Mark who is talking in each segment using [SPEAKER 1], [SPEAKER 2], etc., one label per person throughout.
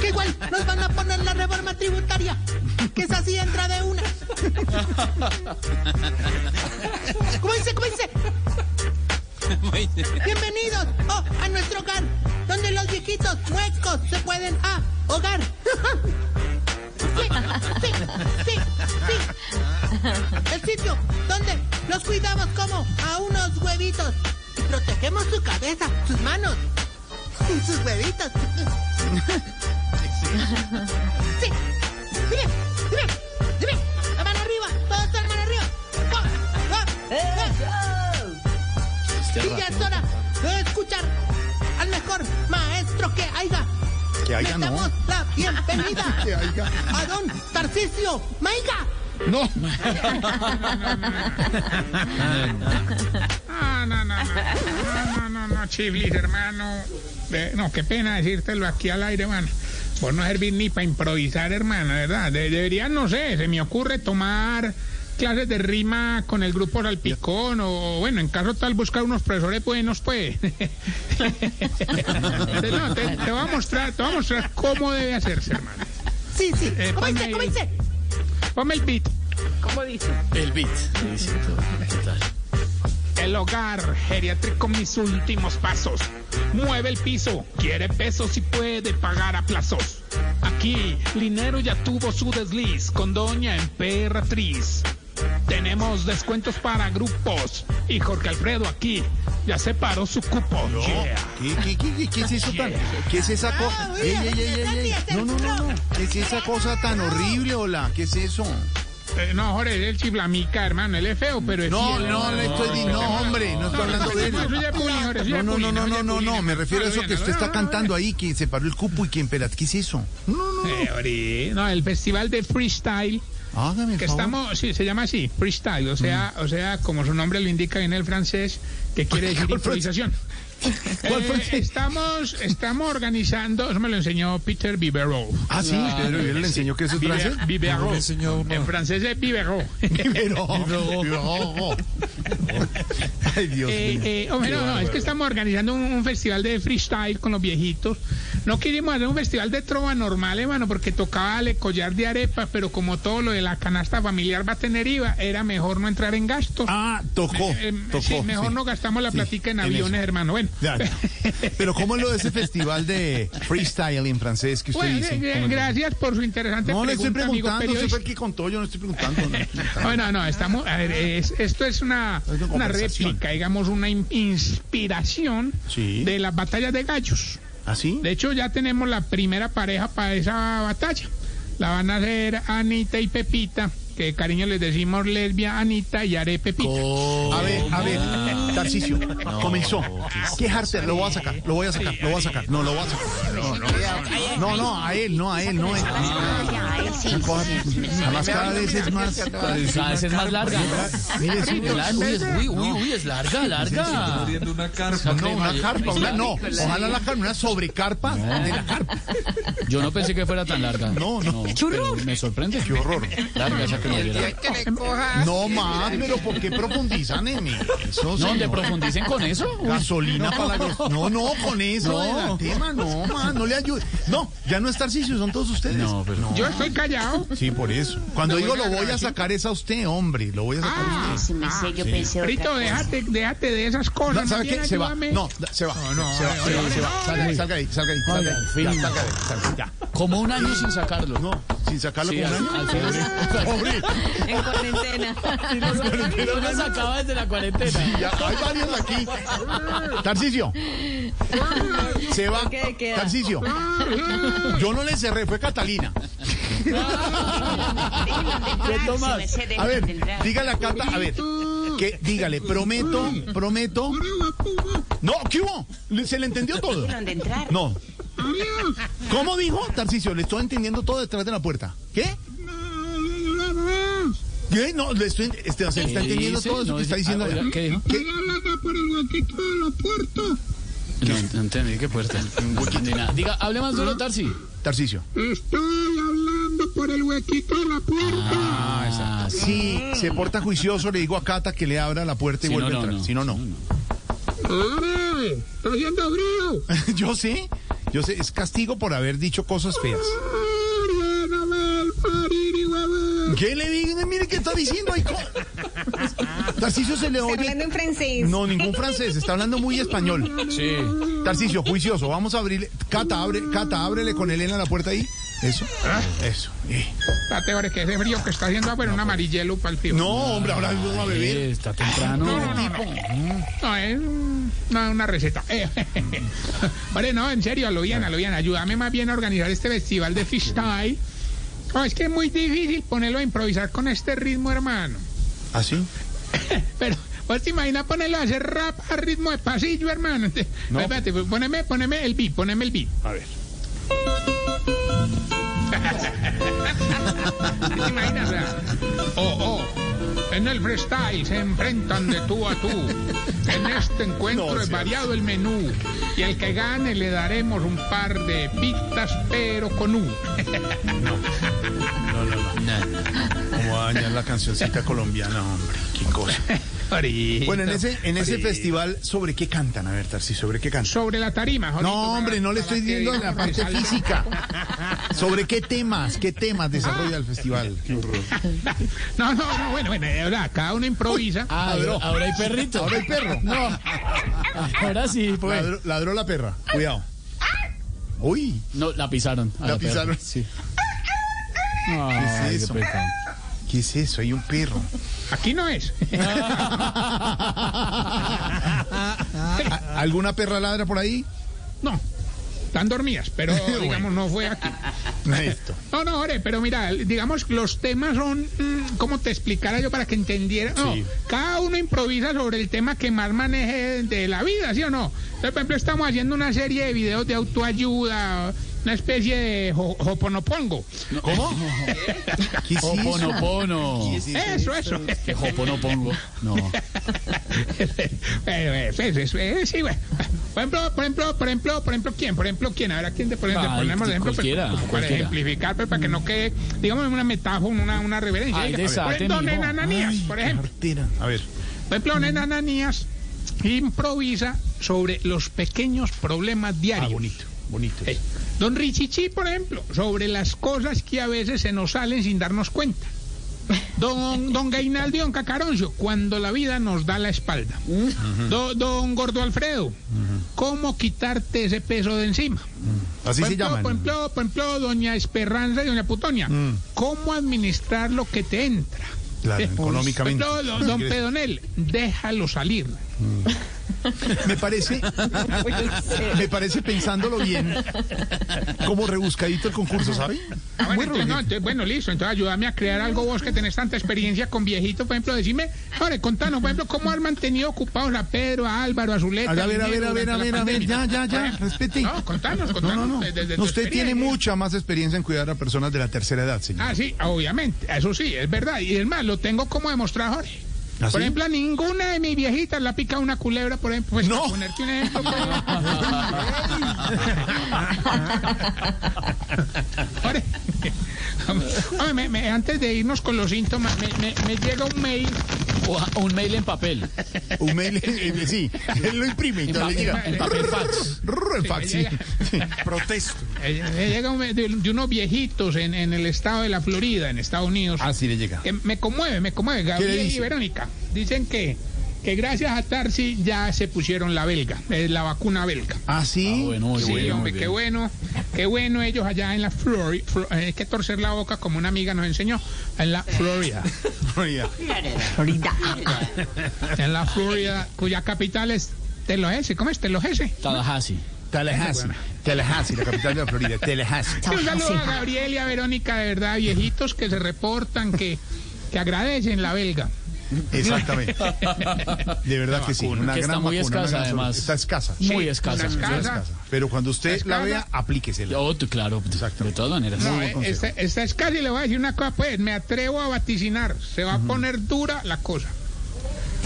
[SPEAKER 1] que igual nos van a poner la reforma tributaria, que esa sí entra de una. ¿Cómo dice? ¿Cómo dice? Bienvenidos oh, a nuestro hogar, donde los viejitos huecos se pueden ahogar. Sí, sí, sí, sí. El sitio donde los cuidamos como a unos huevitos y protegemos su cabeza, sus manos y sus huevitos. Sí. Dime, dime, dime. La mano arriba. Todo está la mano arriba. Va, va,
[SPEAKER 2] Este
[SPEAKER 1] va. Y ya es hora de escuchar al mejor maestro que haya.
[SPEAKER 2] Que haya,
[SPEAKER 1] Le
[SPEAKER 2] no.
[SPEAKER 1] damos la bienvenida a don Tarcisio Maiga.
[SPEAKER 2] No.
[SPEAKER 3] No, no, no, no, no, no, no, no, Chiblis, hermano. Eh, no, qué pena decírtelo aquí al aire, hermano. Vos no servís ni para improvisar, hermano, ¿verdad? De- deberías, no sé, se me ocurre tomar clases de rima con el grupo Salpicón o, bueno, en caso tal, buscar unos profesores buenos, pues. Te- no, te, te voy a mostrar, te voy a mostrar cómo debe hacerse, hermano.
[SPEAKER 1] Sí, sí.
[SPEAKER 3] Eh,
[SPEAKER 1] ¿Cómo dice?
[SPEAKER 3] ponme
[SPEAKER 1] ¿Cómo
[SPEAKER 3] ahí.
[SPEAKER 1] dice?
[SPEAKER 3] Ponme el beat.
[SPEAKER 2] El beat.
[SPEAKER 3] El hogar geriátrico, mis últimos pasos. Mueve el piso, quiere pesos y puede pagar a plazos. Aquí, Linero ya tuvo su desliz con Doña Emperatriz. Tenemos descuentos para grupos y Jorge Alfredo aquí ya separó su cupo. Yeah.
[SPEAKER 2] ¿Qué, qué, qué, qué, qué es eso tan, qué es esa cosa?
[SPEAKER 1] Ah, mira, Santi,
[SPEAKER 2] No, no, no, no. ¿Qué es esa cosa tan horrible, hola? ¿Qué es eso?
[SPEAKER 3] Eh, no, Jorge, es el chiflamica, hermano, él es feo, pero es
[SPEAKER 2] No,
[SPEAKER 3] fiel.
[SPEAKER 2] no, le estoy diciendo, no, hombre, no estoy hablando de él.
[SPEAKER 3] Eso ya es bullying, Jorge, eso ya
[SPEAKER 2] No,
[SPEAKER 3] es
[SPEAKER 2] no, no,
[SPEAKER 3] bullying,
[SPEAKER 2] no,
[SPEAKER 3] eso ya
[SPEAKER 2] no,
[SPEAKER 3] es
[SPEAKER 2] no,
[SPEAKER 3] bullying,
[SPEAKER 2] no, me refiero a eso que
[SPEAKER 3] hermano,
[SPEAKER 2] usted
[SPEAKER 3] no,
[SPEAKER 2] está
[SPEAKER 3] no, no.
[SPEAKER 2] cantando ahí, que se paró el cupo y que emperaz, ¿qué es eso? No, no, no,
[SPEAKER 3] Eh, ori- No, el festival de freestyle
[SPEAKER 2] hágame el
[SPEAKER 3] que
[SPEAKER 2] favor. Mm.
[SPEAKER 3] estamos, sí, se llama así, freestyle, o sea, o sea, como su nombre lo indica en el francés, que quiere decir
[SPEAKER 2] ¿Cuál francés?
[SPEAKER 3] improvisación.
[SPEAKER 2] ¿Cuál
[SPEAKER 3] Eh,
[SPEAKER 2] francés?
[SPEAKER 3] estamos, estamos organizando, eso me lo enseñó Peter Vivero.
[SPEAKER 2] Ah, sí, Pedro Viveros le enseñó que eso es francés.
[SPEAKER 3] Vivero. En francés es Vivero.
[SPEAKER 2] Vivero, Vivero. Ay, Dios
[SPEAKER 3] Eh,
[SPEAKER 2] mío.
[SPEAKER 3] eh, hombre, no, no, es que estamos organizando un, un festival de freestyle con los viejitos. No quisimos hacer un festival de trova normal, hermano, porque tocaba el collar de arepa, pero como todo lo de la canasta familiar va a tener IVA, era mejor no entrar en gastos.
[SPEAKER 2] Ah, tocó,
[SPEAKER 3] Eh, eh,
[SPEAKER 2] tocó.
[SPEAKER 3] sí, mejor
[SPEAKER 2] sí.
[SPEAKER 3] no gastamos la
[SPEAKER 2] Sí,
[SPEAKER 3] platica en
[SPEAKER 2] en
[SPEAKER 3] aviones,
[SPEAKER 2] eso.
[SPEAKER 3] hermano. Bueno,
[SPEAKER 2] Ya, ya. Pero ¿cómo es lo de ese festival de freestyle en francés que usted
[SPEAKER 3] Bueno,
[SPEAKER 2] dice?
[SPEAKER 3] eh, eh,
[SPEAKER 2] ¿Cómo es?
[SPEAKER 3] gracias por su interesante
[SPEAKER 2] No, le estoy
[SPEAKER 3] pregunta, amigo
[SPEAKER 2] preguntando, usted
[SPEAKER 3] periodista.
[SPEAKER 2] fue el que contó, yo no estoy preguntando. no estoy preguntando.
[SPEAKER 3] Bueno, no, estamos, a ver, es- esto es una,
[SPEAKER 2] Es una
[SPEAKER 3] una
[SPEAKER 2] conversación.
[SPEAKER 3] réplica, digamos, una in- inspiración
[SPEAKER 2] Sí.
[SPEAKER 3] de las batallas de gallos.
[SPEAKER 2] ¿Ah, sí?
[SPEAKER 3] De hecho, ya tenemos la primera pareja para esa batalla. La van a hacer Anita y Pepita, que de cariño les decimos lesbia Anita y Are Pepita.
[SPEAKER 2] A ver, a ver, Tarcicio, comenzó. ¿Qué harter? Lo voy a sacar, lo voy a sacar, lo voy a sacar. No, lo voy a sacar. No, no, no, no, a él, no, a él, no. a él. A las cada vez es más.
[SPEAKER 4] Cada vez es más larga.
[SPEAKER 2] Mire, es un-
[SPEAKER 4] Uy, es, uy, uy, uy, es larga, larga.
[SPEAKER 2] No, una carpa, una, no. Ojalá la carpa, una sobrecarpa de la carpa.
[SPEAKER 4] Yo no pensé que fuera tan larga.
[SPEAKER 2] No, no.
[SPEAKER 4] Pero me sorprende.
[SPEAKER 2] Qué horror.
[SPEAKER 4] Larga esa cremallera.
[SPEAKER 2] No más, pero ¿por qué profundizan en eso?
[SPEAKER 4] No, donde
[SPEAKER 2] señor?
[SPEAKER 4] profundicen con eso. Uy,
[SPEAKER 2] Gasolina para la gas- No, no, con eso
[SPEAKER 4] No.
[SPEAKER 2] el tema, no, man, no le ayude. No, ya no es Tarcicio, son todos ustedes.
[SPEAKER 4] No, pero-
[SPEAKER 3] Yo estoy callado.
[SPEAKER 2] Sí, por eso. Cuando digo lo voy a sacar es a usted, hombre, lo voy a sacar a
[SPEAKER 3] Ah,
[SPEAKER 2] usted.
[SPEAKER 5] Sí, me sé, yo pensé otra
[SPEAKER 3] Rito,
[SPEAKER 5] cosa.
[SPEAKER 3] déjate, déjate de esas cosas.
[SPEAKER 2] No, ¿Sabe qué? Se va. No, da- se va. Se va, se va, se va. Salga ahí, salga ahí, salga ahí. Salga ahí,
[SPEAKER 4] Oiga,
[SPEAKER 2] Ya,
[SPEAKER 4] fin.
[SPEAKER 2] salga ahí, salga ahí, ya.
[SPEAKER 4] Como un año sin sacarlo.
[SPEAKER 2] No, sin sacarlo
[SPEAKER 4] Sí,
[SPEAKER 2] con
[SPEAKER 4] al,
[SPEAKER 2] un año.
[SPEAKER 4] al fin.
[SPEAKER 2] Hombre,
[SPEAKER 5] En cuarentena.
[SPEAKER 4] No lo sacaba Pues desde la cuarentena.
[SPEAKER 2] ya hay varios aquí. Tarcicio. Se va.
[SPEAKER 5] Ok, queda.
[SPEAKER 2] Tarcicio. Yo no le encerré, fue Catalina.
[SPEAKER 5] Déjenlo entrar, sí, me sé,
[SPEAKER 2] A
[SPEAKER 5] déjenlo
[SPEAKER 2] ver,
[SPEAKER 5] entrar.
[SPEAKER 2] dígale a Cata, a ver, que dígale, prometo, prometo. No, ¿qué hubo? Le- Se le entendió todo.
[SPEAKER 5] Déjenlo entrar.
[SPEAKER 2] No. ¿Cómo dijo, Tarcicio? Le estoy entendiendo todo detrás de la puerta. ¿Qué? ¿Qué? No, le estoy, este, o sea, está entendiendo
[SPEAKER 4] Dice,
[SPEAKER 2] todo eso
[SPEAKER 4] no,
[SPEAKER 2] que está
[SPEAKER 4] dice-
[SPEAKER 2] diciendo.
[SPEAKER 4] ah, oiga, ¿Qué dijo?
[SPEAKER 3] por el huequito de la puerta.
[SPEAKER 4] No, no entendí qué puerta. Ni nada. Diga, hable más duro, Tarsi.
[SPEAKER 2] Tarcicio.
[SPEAKER 3] Estoy hablando por el huequito de la puerta.
[SPEAKER 4] Ah, sí.
[SPEAKER 2] Si se porta juicioso, le digo a Cata que le abra la puerta y
[SPEAKER 4] Si no,
[SPEAKER 2] vuelve a
[SPEAKER 4] no,
[SPEAKER 2] entrar.
[SPEAKER 4] no.
[SPEAKER 2] Si no, no.
[SPEAKER 3] ¡Hombre! ¡Está haciendo frío!
[SPEAKER 2] yo sé, yo sé, es castigo por haber dicho cosas feas. ¿Qué le digan? Mire qué está diciendo ahí. co- Tarcicio se le oye.
[SPEAKER 5] Hablando en francés.
[SPEAKER 2] No, ningún francés, está hablando muy español.
[SPEAKER 4] Sí.
[SPEAKER 2] Tarcicio, juicioso, vamos a abrirle. Cata, abre, Cata, ábrele con Elena la puerta ahí. Eso. Eso. eh.
[SPEAKER 3] Date, hombre, que ese frío que está haciendo, va a poner un amarillelo para el tío.
[SPEAKER 2] No, hombre, ahora vamos a beber.
[SPEAKER 4] Eh, Está temprano.
[SPEAKER 3] No, no, no, no. No, es un- no, es una receta. Eh, Hombre, no, en serio, lo bien, lo bien. Ayúdame más bien a organizar este festival de freestyle. No, es que es muy difícil ponerlo a improvisar con este ritmo, hermano.
[SPEAKER 2] ¿Así?
[SPEAKER 3] Pero, ¿vos te imaginas ponerlo a hacer rap a ritmo de pasillo, hermano? No. Espérate, pues, poneme, poneme el beat, poneme el beat. A ver. ¿Te imaginas? O sea, Oh, oh. En el freestyle se enfrentan de tú a tú. En este encuentro
[SPEAKER 2] No,
[SPEAKER 3] es
[SPEAKER 2] sí.
[SPEAKER 3] variado el menú. Y al que gane le daremos un par de pitas, pero con U.
[SPEAKER 2] Como va a dañar la cancioncita colombiana, hombre? Qué cosa. Bueno, en ese, en ese festival, ¿sobre qué cantan? A ver, Tarcicio, ¿sobre qué cantan?
[SPEAKER 3] Sobre la tarima, Jorgito,
[SPEAKER 2] No, hombre, no le
[SPEAKER 3] para
[SPEAKER 2] estoy
[SPEAKER 3] que
[SPEAKER 2] diciendo la parte
[SPEAKER 3] salga.
[SPEAKER 2] física. ¿Sobre qué temas? ¿Qué temas desarrolla el festival?
[SPEAKER 3] No, no, no, bueno, bueno, de verdad, cada uno improvisa.
[SPEAKER 4] Ah, ahora, ahora hay perrito.
[SPEAKER 2] Ahora el perro. No.
[SPEAKER 4] Ahora sí, pues.
[SPEAKER 2] Ladró, ladró la perra. Cuidado. Uy,
[SPEAKER 4] No, la pisaron. a
[SPEAKER 2] La
[SPEAKER 4] perra.
[SPEAKER 2] pisaron.
[SPEAKER 4] Sí. Ay, qué
[SPEAKER 2] eso?
[SPEAKER 4] pecado.
[SPEAKER 2] ¿qué es eso? Hay un perro.
[SPEAKER 3] Aquí no es.
[SPEAKER 2] ¿A- ¿Alguna perra ladra por ahí?
[SPEAKER 3] No. Están dormidas, pero digamos no fue aquí.
[SPEAKER 2] Esto.
[SPEAKER 3] No, no, ore, pero mira, digamos que los temas son, mm, ¿cómo te explicara yo para que entendiera? No,
[SPEAKER 2] Sí.
[SPEAKER 3] cada uno improvisa sobre el tema que más maneje de la vida, ¿sí o no? Entonces, por ejemplo, estamos haciendo una serie de videos de autoayuda, una especie de jo- joponopongo.
[SPEAKER 2] ¿Cómo? ¿Qué
[SPEAKER 3] Oh,
[SPEAKER 2] es eso?
[SPEAKER 4] Hoponopono.
[SPEAKER 3] Eso, eso.
[SPEAKER 4] Que hoponopongo. No.
[SPEAKER 3] Pero, eh, pues, es- eh, sí, güey. Por ejemplo, por ejemplo, por ejemplo, por ejemplo, ¿quién? Por ejemplo, ¿quién? Ahora, ¿quién te pone- te
[SPEAKER 4] Ah,
[SPEAKER 3] ponemos de ejemplo?
[SPEAKER 4] cualquiera,
[SPEAKER 3] Pues, como para
[SPEAKER 4] cualquiera. Mm.
[SPEAKER 3] ejemplificar, pues, para que no quede, digamos, una metáfora, una, una reverencia.
[SPEAKER 4] Ay,
[SPEAKER 3] Diga, por
[SPEAKER 4] desate,
[SPEAKER 3] ejemplo,
[SPEAKER 4] mijo.
[SPEAKER 3] Don Ananías, por ejemplo.
[SPEAKER 2] Artera. A ver.
[SPEAKER 3] Por ejemplo, Don Ananías improvisa sobre los pequeños problemas diarios.
[SPEAKER 2] Ah, bonito, bonito.
[SPEAKER 3] Eh, Don Richichi, por ejemplo, sobre las cosas que a veces se nos salen sin darnos cuenta. Don, don Gainaldo y Don Cacaroncio, cuando la vida nos da la espalda. Do- don Gordo Alfredo, ¿cómo quitarte ese peso de encima?
[SPEAKER 2] Así
[SPEAKER 3] Por
[SPEAKER 2] se
[SPEAKER 3] ejemplo,
[SPEAKER 2] llaman. Mm.
[SPEAKER 3] Por ejemplo, por ejemplo, Doña Esperanza y Doña Putonia, ¿cómo administrar lo que te entra?
[SPEAKER 2] Claro,
[SPEAKER 3] Eh,
[SPEAKER 2] económicamente.
[SPEAKER 3] por ejemplo, don, don
[SPEAKER 2] Ingresos.
[SPEAKER 3] Pedonel, déjalo salir.
[SPEAKER 2] Me parece, me parece pensándolo bien, como rebuscadito el concurso, ¿sabe?
[SPEAKER 3] Ah, bueno,
[SPEAKER 2] Muy
[SPEAKER 3] entonces, no,
[SPEAKER 2] rebuscadito.
[SPEAKER 3] entonces, bueno, listo. Entonces ayúdame a crear algo vos que tenés tanta experiencia con viejitos. Por ejemplo, decime, ahora contanos, por ejemplo, cómo han mantenido ocupados a Pedro, a Álvaro, a Zuleta.
[SPEAKER 2] A ver, a ver, a ver, a ver, a ver, ya, ya, ya, respete.
[SPEAKER 3] No, contanos,
[SPEAKER 2] No,
[SPEAKER 3] contanos. pues,
[SPEAKER 2] no, no.
[SPEAKER 3] desde tu
[SPEAKER 2] No, Usted tiene
[SPEAKER 3] experiencia.
[SPEAKER 2] mucha más experiencia en cuidar a personas de la tercera edad, señor.
[SPEAKER 3] Ah, sí, obviamente. Eso sí, es verdad. Y es más, lo tengo como demostrar, Jorge.
[SPEAKER 2] ¿Ah, sí?
[SPEAKER 3] Por ejemplo, a ninguna de mis viejitas la pica una culebra, por ejemplo. Pues,
[SPEAKER 2] No.
[SPEAKER 3] para ponerte un ejemplo, pues. Jorge, hombre, me- me- antes de irnos con los síntomas, me, me- me llega un mail.
[SPEAKER 4] O- Un mail en papel.
[SPEAKER 2] Un mail, eh, sí, él lo imprime y
[SPEAKER 4] En
[SPEAKER 2] todo le
[SPEAKER 4] papel,
[SPEAKER 2] llega.
[SPEAKER 4] en papel fax.
[SPEAKER 2] Rrr, el fax, sí. Sí. Protesto.
[SPEAKER 3] eh, Me llega un mail de, de unos viejitos en, en el estado de la Florida, en Estados Unidos.
[SPEAKER 2] Ah, sí le llega.
[SPEAKER 3] Que me conmueve, me conmueve. Gabriel
[SPEAKER 2] dice?
[SPEAKER 3] y Verónica dicen que, que gracias a Tarsi ya se pusieron la belga, eh, la vacuna belga.
[SPEAKER 2] Ah, sí.
[SPEAKER 4] Ah, bueno, muy
[SPEAKER 3] Sí,
[SPEAKER 4] bueno. muy
[SPEAKER 3] hombre, qué
[SPEAKER 4] bien.
[SPEAKER 3] bueno, qué bueno ellos allá en la Florida. hay que torcer la boca como una amiga nos enseñó. En la
[SPEAKER 2] Ah,
[SPEAKER 3] Florida,
[SPEAKER 2] Oiga,
[SPEAKER 3] en la Florida, cuya capital es Telojese. ¿Cómo es Telojese?
[SPEAKER 4] Tallahassee.
[SPEAKER 2] Tallahassee. Tallahassee, la capital de la Florida. Tallahassee.
[SPEAKER 3] Sí, Un saludo a Gabriel y a Verónica, de verdad, viejitos que se reportan, que, que agradecen la belga.
[SPEAKER 2] Exactamente. De verdad que sí. Una
[SPEAKER 4] que
[SPEAKER 2] gran
[SPEAKER 4] está muy
[SPEAKER 2] vacuna, una
[SPEAKER 4] escasa,
[SPEAKER 2] gran solución.
[SPEAKER 4] además.
[SPEAKER 2] Está escasa.
[SPEAKER 4] Muy escasa.
[SPEAKER 3] una
[SPEAKER 4] muy
[SPEAKER 3] escasa.
[SPEAKER 4] escasa.
[SPEAKER 2] Pero cuando usted
[SPEAKER 3] Está
[SPEAKER 2] la vea,
[SPEAKER 3] escasa.
[SPEAKER 2] aplíquesela.
[SPEAKER 4] Oh, tú, claro, de-
[SPEAKER 2] Exacto.
[SPEAKER 4] de todas maneras.
[SPEAKER 3] No,
[SPEAKER 2] buen
[SPEAKER 3] eh,
[SPEAKER 2] consejo.
[SPEAKER 3] esta, esta es casi, le voy a decir una cosa, pues, me atrevo a vaticinar, se va a poner dura la cosa.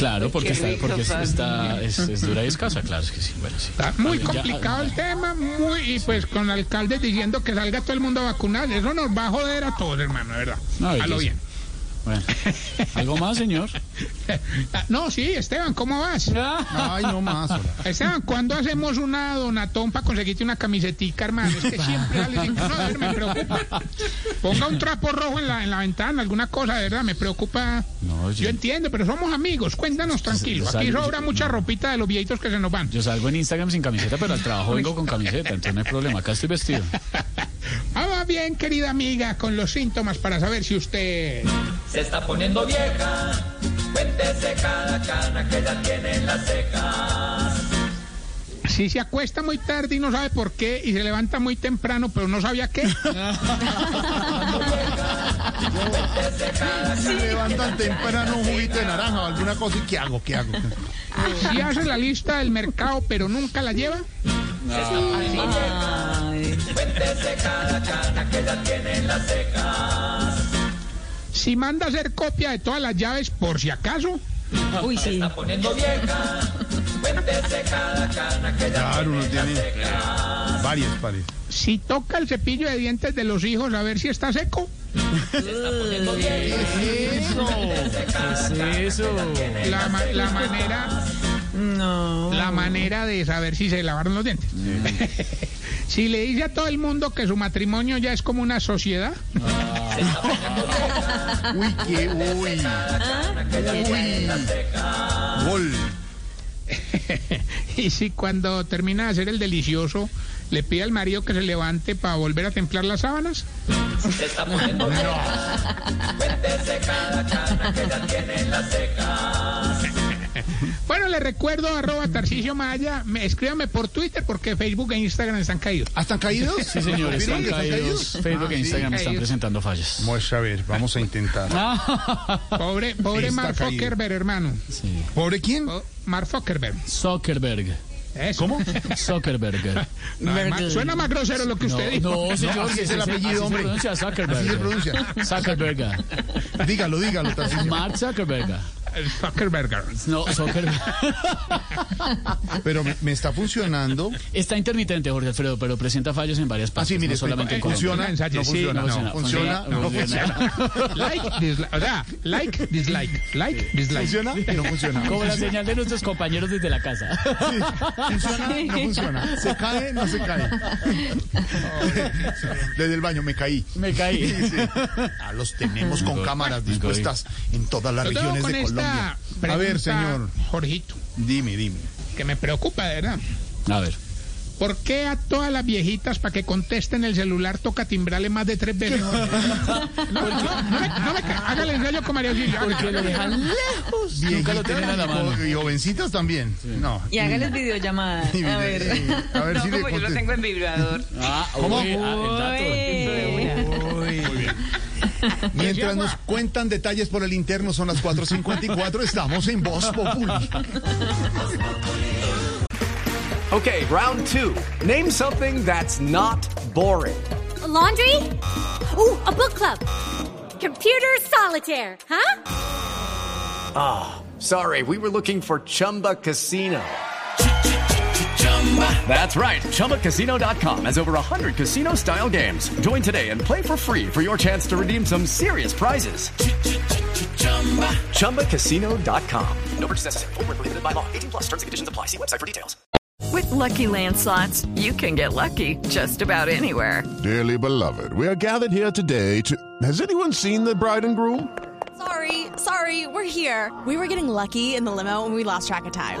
[SPEAKER 4] Claro, porque,
[SPEAKER 5] qué
[SPEAKER 4] está,
[SPEAKER 5] rico,
[SPEAKER 4] porque es-
[SPEAKER 5] Fabio.
[SPEAKER 4] está, es, es dura y escasa, claro, es que sí, bueno, sí.
[SPEAKER 3] Está muy
[SPEAKER 4] Ya, ah,
[SPEAKER 3] complicado el tema, muy, y pues con alcaldes diciendo que salga todo el mundo a vacunar, eso nos va a joder a todos, hermano, de verdad.
[SPEAKER 4] No,
[SPEAKER 3] a lo
[SPEAKER 4] belleza.
[SPEAKER 3] bien.
[SPEAKER 4] Bueno. ¿Algo más, señor?
[SPEAKER 3] Ah, No, sí, Esteban, ¿cómo vas?
[SPEAKER 2] Ay, no más. hola.
[SPEAKER 3] Esteban, ¿cuándo hacemos una donatón para conseguirte una camisetica, hermano? Es que siempre sales en- no, a ver, me preocupa. Ponga un trapo rojo en la, en la ventana, alguna cosa, de verdad, me preocupa.
[SPEAKER 4] No,
[SPEAKER 3] Yo
[SPEAKER 4] yo,
[SPEAKER 3] entiendo, pero somos amigos, cuéntanos tranquilo. Aquí sobra mucha ropita de los viejitos que se nos van.
[SPEAKER 4] yo salgo en Instagram sin camiseta, pero al trabajo vengo con camiseta, entonces no hay problema. Acá estoy vestido.
[SPEAKER 3] Ah, va bien, querida amiga, con los síntomas para saber si usted...
[SPEAKER 6] Se está poniendo vieja, cuéntese cada cana que ya tiene en las cejas.
[SPEAKER 3] Si se acuesta muy tarde y no sabe por qué, y se levanta muy temprano, pero no sabía qué.
[SPEAKER 2] Se levantan temprano un juguito de naranja o alguna cosa. ¿Y qué hago? ¿Qué hago?
[SPEAKER 3] Si hace la lista del mercado, pero nunca la lleva.
[SPEAKER 6] Cuéntese cada cana que ya tiene en las cejas.
[SPEAKER 3] Si manda a hacer copia de todas las llaves, por si acaso.
[SPEAKER 5] Uy, sí.
[SPEAKER 6] Está poniendo vieja, cuéntese cada cana que ya
[SPEAKER 2] Claro, uno tiene varias pares.
[SPEAKER 3] Si toca el cepillo de dientes de los hijos a ver si está seco.
[SPEAKER 4] ¿Qué es eso?
[SPEAKER 3] La, ma- la manera. La manera de saber si se lavaron los dientes. si le dice a todo el mundo que su matrimonio ya es como una sociedad.
[SPEAKER 2] Uy, qué uy. Uy. Gol.
[SPEAKER 3] y si cuando termina de hacer el delicioso, le pide al marido que se levante para volver a templar las sábanas.
[SPEAKER 6] se está poniendo vieja, cuéntese cada cana que ya tiene en las cejas.
[SPEAKER 3] Bueno, le recuerdo, arroba Tarcicio Maya, me, escríbame por Twitter porque Facebook e Instagram están caídos.
[SPEAKER 2] ¿Ah, ¿Están caídos?
[SPEAKER 4] Sí, señores,
[SPEAKER 2] ¿Confirman
[SPEAKER 4] están
[SPEAKER 2] que
[SPEAKER 4] caídos. Facebook
[SPEAKER 2] Ah,
[SPEAKER 4] e
[SPEAKER 2] sí.
[SPEAKER 4] Instagram están
[SPEAKER 3] caídos.
[SPEAKER 4] presentando fallas.
[SPEAKER 2] Vamos a ver, vamos a intentar.
[SPEAKER 3] Pobre, pobre
[SPEAKER 2] Está
[SPEAKER 3] Mark
[SPEAKER 2] caído.
[SPEAKER 3] Zuckerberg, hermano.
[SPEAKER 4] Sí.
[SPEAKER 2] ¿Pobre quién?
[SPEAKER 3] Po- Mark Zuckerberg.
[SPEAKER 4] Zuckerberg.
[SPEAKER 3] Eso.
[SPEAKER 2] ¿Cómo?
[SPEAKER 4] Zuckerberg.
[SPEAKER 3] No, además, suena más grosero lo que
[SPEAKER 4] No,
[SPEAKER 3] usted dijo.
[SPEAKER 4] no, señor,
[SPEAKER 2] así
[SPEAKER 4] que
[SPEAKER 2] es el
[SPEAKER 4] así
[SPEAKER 2] apellido,
[SPEAKER 4] se
[SPEAKER 2] hombre.
[SPEAKER 4] pronuncia, Zuckerberg.
[SPEAKER 2] Así se pronuncia.
[SPEAKER 4] Zuckerberg.
[SPEAKER 2] Dígalo, dígalo, Tarcisio.
[SPEAKER 4] Mark Zuckerberg.
[SPEAKER 3] Zuckerberg.
[SPEAKER 4] No, Zuckerberg.
[SPEAKER 2] Pero me, me está funcionando.
[SPEAKER 4] Está intermitente, Jorge Alfredo, pero presenta fallos en varias partes.
[SPEAKER 2] Así, Ah, mire, Eh,
[SPEAKER 4] no solamente en Colombia.
[SPEAKER 2] funciona,
[SPEAKER 3] Colombia.
[SPEAKER 2] no
[SPEAKER 3] Sí,
[SPEAKER 2] funciona,
[SPEAKER 4] no
[SPEAKER 2] no, funciona, no funciona.
[SPEAKER 3] Like, dislike. O sea, like, dislike. Like, dislike.
[SPEAKER 2] Funciona y no funciona.
[SPEAKER 4] Como la señal de nuestros compañeros desde la casa.
[SPEAKER 2] Funciona, no funciona. Se cae, no se cae. Desde el baño me caí.
[SPEAKER 4] Me caí.
[SPEAKER 2] Sí, sí. Ah, los tenemos con cámaras dispuestas en todas las
[SPEAKER 3] Yo tengo
[SPEAKER 2] regiones
[SPEAKER 3] con
[SPEAKER 2] de Colombia.
[SPEAKER 3] esta pregunta,
[SPEAKER 2] A ver, señor,
[SPEAKER 3] Jorgito,
[SPEAKER 2] dime, dime.
[SPEAKER 3] que me preocupa, de verdad.
[SPEAKER 4] A ver.
[SPEAKER 3] ¿Por qué a todas las viejitas para que contesten el celular toca timbrarle más de tres veces? No, no, no, no me, no me ca- hágale el rollo con María Auxilio.
[SPEAKER 4] Porque lo dejan lejos. Nunca lo tienen a la
[SPEAKER 2] Viejitas
[SPEAKER 4] mano.
[SPEAKER 2] y jo- Y jovencitas también. No.
[SPEAKER 5] Y hágales videollamada.
[SPEAKER 2] Sí,
[SPEAKER 5] A ver.
[SPEAKER 2] eh, a ver
[SPEAKER 5] no,
[SPEAKER 2] si le
[SPEAKER 5] como yo lo
[SPEAKER 2] contesto.
[SPEAKER 5] tengo en vibrador.
[SPEAKER 4] Ah,
[SPEAKER 2] ¿Cómo?
[SPEAKER 4] uy, ah, el dato.
[SPEAKER 2] Mientras nos cuentan detalles por el interno, son las 4.54, estamos en Voz Populi.
[SPEAKER 7] Okay, round two. Name something that's not boring.
[SPEAKER 8] laundry? Ooh, a book club. Computer solitaire, huh?
[SPEAKER 7] Ah, Sorry, we were looking for Chumba Casino. That's right. ChumbaCasino.com has over 100 casino style games. Join today and play for free for your chance to redeem some serious prizes. ChumbaCasino.com. No purchase necessary. Void where prohibited by law. 18 plus terms and conditions apply. See website for details.
[SPEAKER 9] With Lucky Land slots, you can get lucky just about anywhere.
[SPEAKER 10] Dearly beloved, we are gathered here today to. Has anyone seen the bride and groom?
[SPEAKER 8] Sorry, sorry, we're here. We were getting lucky in the limo and we lost track of time.